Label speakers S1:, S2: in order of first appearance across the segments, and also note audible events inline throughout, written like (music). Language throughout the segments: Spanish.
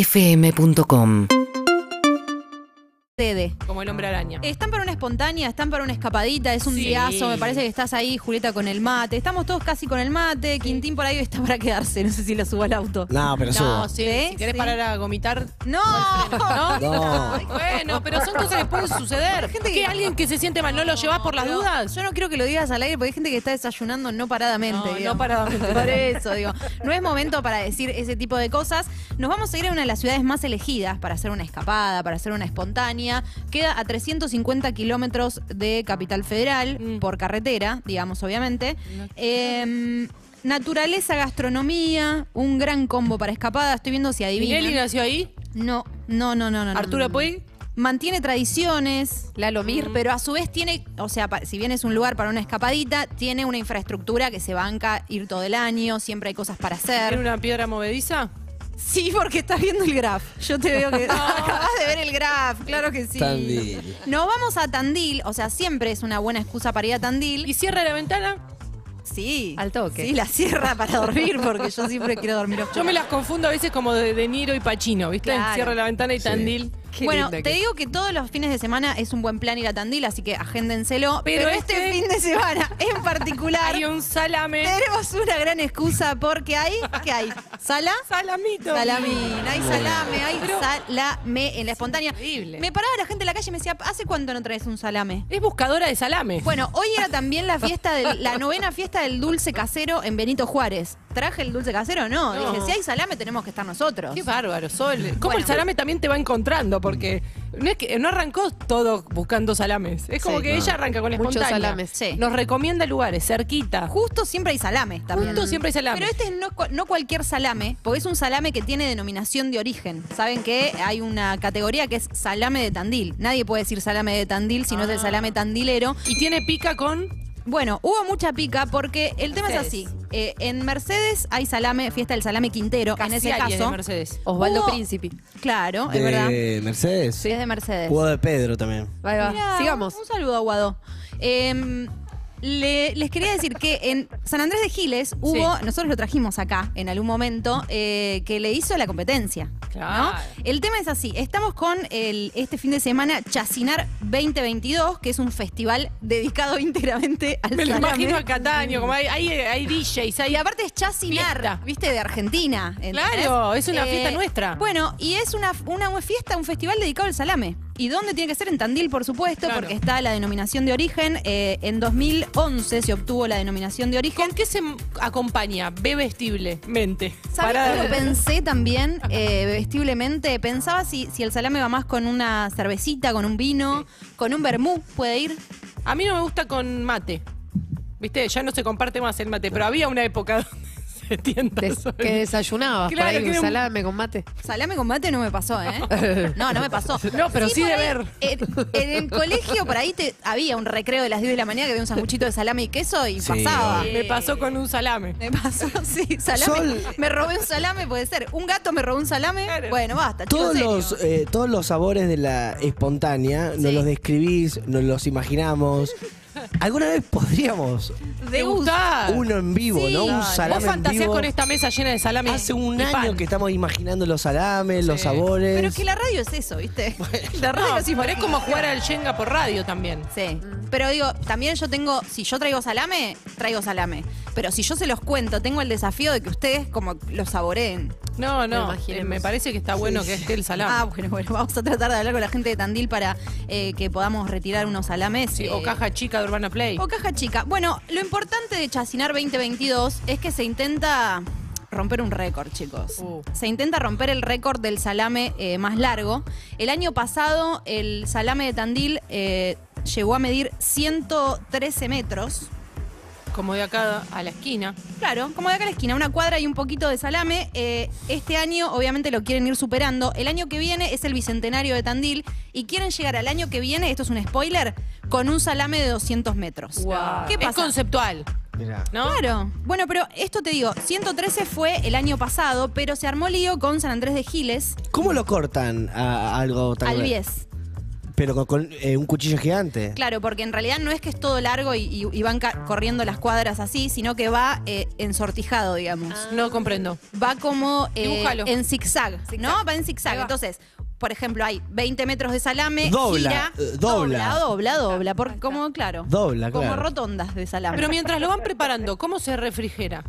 S1: urbanaplayfm.com
S2: Sede.
S3: Como el hombre araña.
S2: Están para una espontánea, están para una escapadita, es un
S3: Sí.
S2: diazo, me parece que estás ahí, Julieta, con el mate. Estamos todos casi con el mate, Quintín por ahí está para quedarse, no sé si lo subo al auto.
S4: No, pero
S3: No,
S4: subo.
S3: sí,
S2: ¿Eh?
S3: si querés
S2: Sí.
S3: parar a gomitar. (laughs)
S2: ¡No!
S3: ¿No?
S4: No.
S3: Ay, Bueno, pero son cosas que pueden suceder.
S2: gente
S3: ¿Qué?
S2: que-
S3: ¿Alguien que se siente mal no lo llevas por las
S2: Pero
S3: dudas?
S2: Yo no quiero que lo digas al aire porque hay gente que está desayunando no paradamente.
S3: No, no
S2: digamos.
S3: paradamente.
S2: (laughs) Por eso, digo. No es momento para decir ese tipo de cosas. Nos vamos a ir a una de las ciudades más elegidas para hacer una escapada, para hacer una espontánea. Queda a 350 kilómetros de Capital Federal,
S3: Mm.
S2: por carretera, digamos, obviamente. Eh, naturaleza, gastronomía, un gran combo para escapada. Estoy viendo si
S3: ¿Minelli
S2: adivinan.
S3: nació ahí?
S2: No, no, no, no, no. no,
S3: ¿Arturo
S2: no, no.
S3: Puig?
S2: Mantiene tradiciones, la Lomir,
S3: Mm.
S2: pero a su vez tiene, o sea, pa- si bien es un lugar para una escapadita, tiene una infraestructura que se banca ir todo el año, siempre hay cosas para
S3: ¿Tiene
S2: hacer.
S3: una piedra movediza?
S2: Sí, porque estás viendo el graph. Yo te veo que
S3: (laughs)
S2: (laughs) acabas de ver el graph, claro que sí.
S4: Tandil.
S2: No vamos a Tandil, o sea, siempre es una buena excusa para ir a Tandil.
S3: ¿Y cierra la ventana?
S2: sí.
S5: Al toque.
S2: Sí, la sierra para dormir, porque yo siempre quiero dormir
S3: Yo
S2: oscuro.
S3: me las confundo a veces como de De Niro y Pacino, ¿viste?
S2: Claro.
S3: Cierra la ventana y Tandil.
S2: bueno, te digo que todos los fines de semana es un buen plan ir a Tandil, así que agéndenselo. Pero,
S3: Pero
S2: este,
S3: este-
S2: fin de semana (laughs) en particular
S3: Hay un salame.
S2: tenemos una gran excusa porque hay, ¿qué hay? ¿Sala?
S3: Salamito.
S2: Salamina, hay salame, hay salame en la espontánea.
S3: increíble.
S2: Me paraba la gente en la calle y me decía, ¿hace cuánto no traes un salame?
S3: Es buscadora de salame.
S2: Bueno, hoy era también la fiesta del- la novena fiesta del dulce casero en Benito Juárez. ¿Traje el dulce casero? No.
S3: No.
S2: Dije, si hay salame tenemos que estar nosotros.
S3: Qué bárbaro, Sol. ¿Cómo
S2: Bueno.
S3: el salame también te va encontrando? Porque no, es que, no arrancó todo buscando salames. Es como
S2: Sí.
S3: que ella arranca con la
S5: Muchos
S3: espontánea.
S5: salames.
S2: Sí.
S3: Nos recomienda lugares, cerquita.
S2: Justo siempre hay salame también.
S3: Justo siempre hay salame.
S2: Pero este es no, cua- no cualquier salame, porque es un salame que tiene denominación de origen. Saben que hay una categoría que es salame de Tandil. Nadie puede decir salame de Tandil si no es el
S3: Ah.
S2: salame tandilero.
S3: Y tiene pica con.
S2: Bueno, hubo mucha pica porque el tema es
S3: Mercedes.
S2: así. Eh, en Mercedes hay salame, fiesta del salame Quintero, en ese
S3: Casiari, es de
S2: caso.
S3: Mercedes.
S5: Osvaldo
S2: Hubo-
S5: Príncipe.
S2: Claro, es verdad.
S4: De Mercedes.
S2: Sí, es de Mercedes.
S4: Pudo de Pedro también.
S5: Ahí va.
S2: Mirá,
S5: Sigamos.
S2: Un saludo a Guado. Em, le- les quería decir que en San Andrés de Giles hubo, nosotros lo trajimos acá en algún momento, eh, que le hizo la competencia. ¿no?
S3: Uh, Claro.
S2: El tema es así, estamos con el, este fin de semana Chacinar 2022, que es un festival dedicado (laughs) íntegramente al
S3: Me lo
S2: salame.
S3: imagino a Cataño, como hay, hay, hay DJs, hay.
S2: Y aparte es chacinar,
S3: Fiesta.
S2: ¿viste? De Argentina. ¿entendés? Eh,
S3: Claro, es una fiesta nuestra.
S2: Bueno, y es una, una fiesta, un festival dedicado al salame. ¿Y dónde tiene que ser? En Tandil, por supuesto,
S3: Claro.
S2: porque está la denominación de origen. Eh, en 2011 se obtuvo la denominación de origen.
S3: ¿Con qué se m- acompaña? Bebestiblemente.
S2: ¿Sabes
S3: Pará.
S2: qué lo pensé también eh, vestiblemente? Pensaba si, si el salame va más con una cervecita, con un vino, con un vermú, puede ir.
S3: A mí no me gusta con mate. ¿Viste? Ya no se comparte más el mate, pero había una época (laughs) donde se tienta
S1: (laughs)
S5: Des-
S3: sobre-
S5: que desayunabas
S3: Claro,
S5: por ahí,
S3: que
S5: un
S3: era un-
S5: salame con mate.
S2: Salame con mate no me pasó,
S3: (laughs)
S2: ¿eh? No, no me pasó.
S3: No, pero sí
S2: por
S3: de
S2: ahí,
S3: ver.
S2: En, en el colegio, por ahí te, había un recreo de las 10 de la mañana que había un sanguchito de salame y queso y
S4: Sí,
S2: pasaba.
S4: obvio.
S3: Me pasó con un salame.
S2: Me pasó, (laughs) sí, salame.
S4: Sol.
S2: Me robé un salame, puede ser. Un gato me robó un salame.
S3: Claro.
S2: Bueno, basta. chicos,
S4: Todos
S2: serio.
S4: los, eh, todos los sabores de la espontánea nos
S2: Sí.
S4: los describís, nos
S2: (laughs)
S4: los imaginamos. ¿Alguna vez podríamos
S2: De
S3: ¿Te
S2: gusto.
S3: gusta?
S4: uno en vivo,
S2: Ah, Sí.
S4: no? Un
S2: Dale.
S3: Vos
S4: salame en
S3: fantaseás
S4: vivo.
S3: con
S2: este
S3: esta mesa llena de salame.
S4: Hace un
S3: y
S4: año
S3: pan.
S4: que estamos imaginando los salames, los sabores.
S2: Pero que la radio es eso,
S3: (laughs)
S2: ¿viste? La radio
S3: No, Mm.
S2: es
S3: pero es como jugar al Jenga por radio también.
S2: Sí. Pero digo, también yo tengo, si yo traigo salame, traigo salame. Pero si yo se los cuento, tengo el desafío de que ustedes como lo saboreen.
S3: No, no. eh,
S5: imaginemos.
S3: Me parece que está bueno que esté el salame.
S2: Ah, bueno, bueno, vamos a tratar de hablar con la gente de Tandil para eh, que podamos retirar unos salames.
S3: Sí,
S2: eh,
S3: o caja chica de Urbana Play.
S2: O caja chica. Bueno, lo importante de Chacinar 2022 es que se intenta romper un récord, chicos.
S3: Uh.
S2: Se intenta romper el récord del salame eh, más largo. El año pasado el salame de Tandil eh, llegó a medir 113 metros.
S3: Como de acá a la esquina.
S2: Claro, como de acá a la esquina, una cuadra y un poquito de salame. Eh, este año obviamente lo quieren ir superando. El año que viene es el bicentenario de Tandil y quieren llegar al año que viene, esto es un spoiler, con un salame de 200 metros. ¿Qué
S3: Es
S2: pasa?
S3: conceptual,
S4: Mirá.
S3: ¿no?
S2: Claro. Bueno, pero esto te digo, 113 fue el año pasado, pero se armó lío con San Andrés de Giles
S4: ¿Cómo lo cortan a, a algo tan
S2: al
S4: grande?
S2: 10.
S4: Pero con, con, eh, un cuchillo gigante.
S2: Claro, porque en realidad no es que es todo largo y, y- y van ca- corriendo las cuadras así, sino que va eh, ensortijado, digamos.
S3: No comprendo.
S2: Va como eh,
S3: Dibújalo.
S2: en zigzag, ¿no? Va en zigzag.
S3: Ahí va.
S2: Entonces, por ejemplo, hay 20 metros de salame,
S4: Dobla,
S2: gira,
S4: eh, dobla.
S2: dobla, dobla, dobla, porque como claro,
S4: Dobla,
S2: como
S4: claro.
S2: rotondas de salame.
S3: Pero mientras lo van preparando, ¿cómo se refrigera?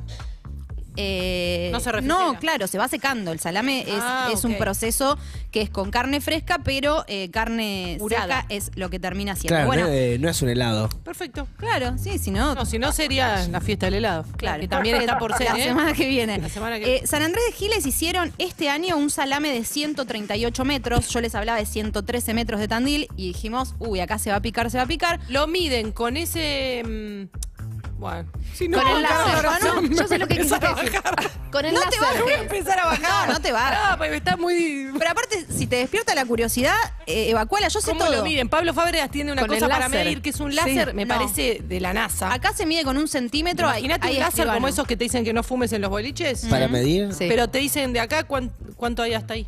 S2: Eh,
S3: No se refrigera.
S2: no, claro, se va secando. El salame es,
S3: Ah,
S2: es
S3: ok.
S2: un proceso que es con carne fresca, pero eh, carne
S3: Curada.
S2: seca es lo que termina siendo.
S4: Claro,
S2: bueno,
S4: no, eh, no es un helado.
S3: Perfecto.
S2: claro, sí, si no,
S3: No, si no sería la fiesta del helado.
S2: Claro.
S3: Que también está por ser,
S2: La
S3: ¿eh?
S2: semana que viene.
S3: La semana que viene.
S2: Eh, San Andrés de Giles hicieron este año un salame de 138 metros. Yo les hablaba de 113 metros de Tandil y dijimos, uy, acá se va a picar, se va a picar.
S3: Lo miden con ese... mm, bueno. Si
S2: Con el
S3: cada
S2: láser,
S3: oración
S1: Manu, yo
S3: me (laughs)
S1: sé lo que
S3: empieza
S1: quisiste
S3: a
S1: decir.
S3: bajar.
S1: Con el
S2: no
S1: láser.
S2: te bajes. Voy a empezar a bajar. No, no te va.
S3: Ah, pues está muy...
S2: Pero aparte, si te despierta la curiosidad, eh, evacuala. Yo sé
S3: ¿Cómo
S2: todo.
S3: lo miden? Pablo Fábregas tiene una
S1: Con el
S3: cosa para
S1: láser.
S3: medir que es un
S1: Sí.
S3: láser, me
S2: No.
S3: parece de la NASA.
S2: Acá se mide con un centímetro. ahí-
S3: Imagínate
S2: ahí Mm.
S3: un láser
S2: escribano.
S3: como esos que te dicen que no fumes en los boliches.
S4: Para medir.
S1: Sí.
S3: Pero te dicen de acá cuán- cuánto hay hasta ahí.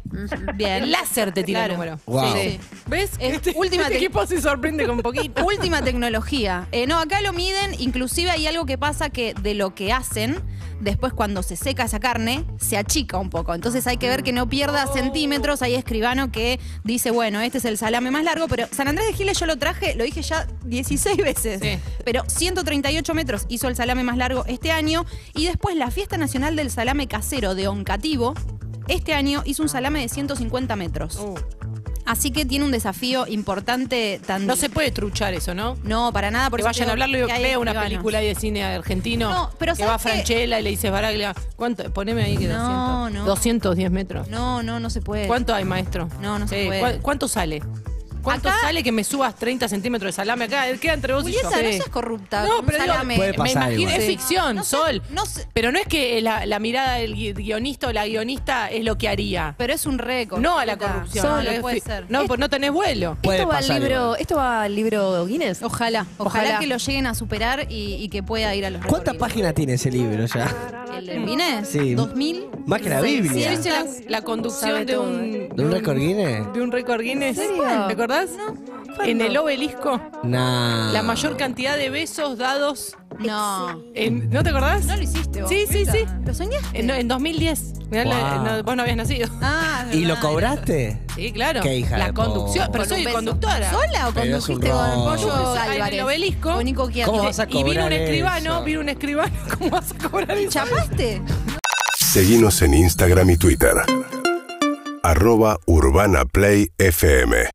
S2: Bien.
S3: El láser te tira
S2: Mm. Claro.
S3: el número.
S4: Wow.
S1: Sí.
S3: ¿Ves?
S2: Es
S3: Este-
S2: última
S3: este
S2: te-
S3: equipo se sorprende
S2: (laughs)
S3: con poquito.
S2: Última tecnología. Eh, no, acá lo miden, inclusive hay algo que pasa que de lo que hacen, después cuando se seca esa carne, se achica un poco. Entonces hay que ver que no pierda
S3: Oh.
S2: centímetros. Hay escribano que dice, bueno, este es el salame más largo, pero San Andrés de Giles yo lo traje, lo dije ya 16 veces.
S3: Sí.
S2: Pero 138 metros hizo el salame más largo este año. Y después la Fiesta Nacional del Salame Casero de Oncativo. Este año hizo un salame de 150 metros.
S3: Uh,
S2: Así que tiene un desafío importante tan
S3: no se puede truchar eso, ¿no?
S2: no, para nada. Por
S3: Que
S2: eso
S3: vayan
S2: te
S3: a
S2: digo
S3: hablarlo y
S2: que hay
S3: vea una
S2: escribanos.
S3: película de cine argentino
S2: No, pero
S3: que va a
S2: ¿sabes qué?
S3: Franchella y le dices Baraglia, ¿cuánto? Poneme ahí que
S2: No,
S3: 200.
S2: no.
S3: 210 metros.
S2: No, no, no se puede.
S3: ¿Cuánto hay, maestro?
S2: No, no se puede.
S3: ¿cuá- ¿Cuánto sale? ¿Cuánto
S2: Acá-
S3: sale que me subas 30 centímetros de salame acá? eh, Queda entre vos
S2: Julieta,
S3: y yo.
S2: no
S3: Sí.
S2: seas corrupta.
S3: No,
S2: un
S3: pero digo,
S2: salame.
S4: Puede
S3: me
S4: pasar
S3: imagino,
S4: igual.
S3: es
S2: Sí.
S3: ficción,
S2: No sé,
S3: Sol.
S2: no sé.
S3: Pero no es que la, la mirada del gui- guionista o la guionista es lo que haría.
S2: Pero es un récord.
S3: no a la
S2: Julieta.
S3: corrupción.
S2: Solo
S3: Es
S2: puede
S3: fi-
S2: ser.
S3: No, pues no tenés vuelo.
S4: Puede
S1: Esto va, al
S4: pasar
S1: libro,
S4: igual.
S1: esto va al libro Guinness.
S2: Ojalá, ojalá,
S1: Ojalá.
S2: que lo lleguen a superar y, y que pueda ir a los
S4: ¿Cuántas
S2: recorridos.
S4: páginas tiene ese libro ya?
S2: ¿El del Guinness?
S4: Sí.
S2: 2000.
S4: Más que la Biblia.
S3: ¿Viste la, la
S1: Sabe
S3: conducción de
S1: todo,
S3: un,
S4: ¿De un récord Guinness?
S3: de un récord Guinness?
S1: ¿En serio?
S3: ¿Te acordás? En el obelisco,
S4: Nah.
S3: la mayor cantidad de besos dados.
S2: No. No
S3: en- ¿No te acordás?
S2: lo hiciste vos.
S3: Sí, sí, sí.
S2: ¿Lo soñaste?
S3: En, no, en 2010. Mirá la-
S4: Wow.
S3: no, vos no habías nacido.
S2: Ah, es
S4: ¿Y lo
S2: verdad.
S4: cobraste?
S3: Sí, claro.
S4: Qué hija
S3: la
S4: de
S3: conducción.
S4: po-
S3: Pero
S2: Con un
S3: soy
S2: beso.
S3: conductora.
S2: ¿Sola o
S4: Pero es un
S2: condujiste con
S4: robo.
S2: Pollo
S3: Ah, en el
S2: Álvarez?
S3: obelisco.
S2: Con Nico Chiatti.
S4: ¿Cómo vas a
S3: Y vino un
S4: cobrar
S3: escribano,
S4: eso?
S3: vino un escribano. (laughs) ¿Cómo vas a cobrar eso?
S2: ¿Chapaste?
S5: Seguinos en Instagram y Twitter. Arroba Urbana Play FM.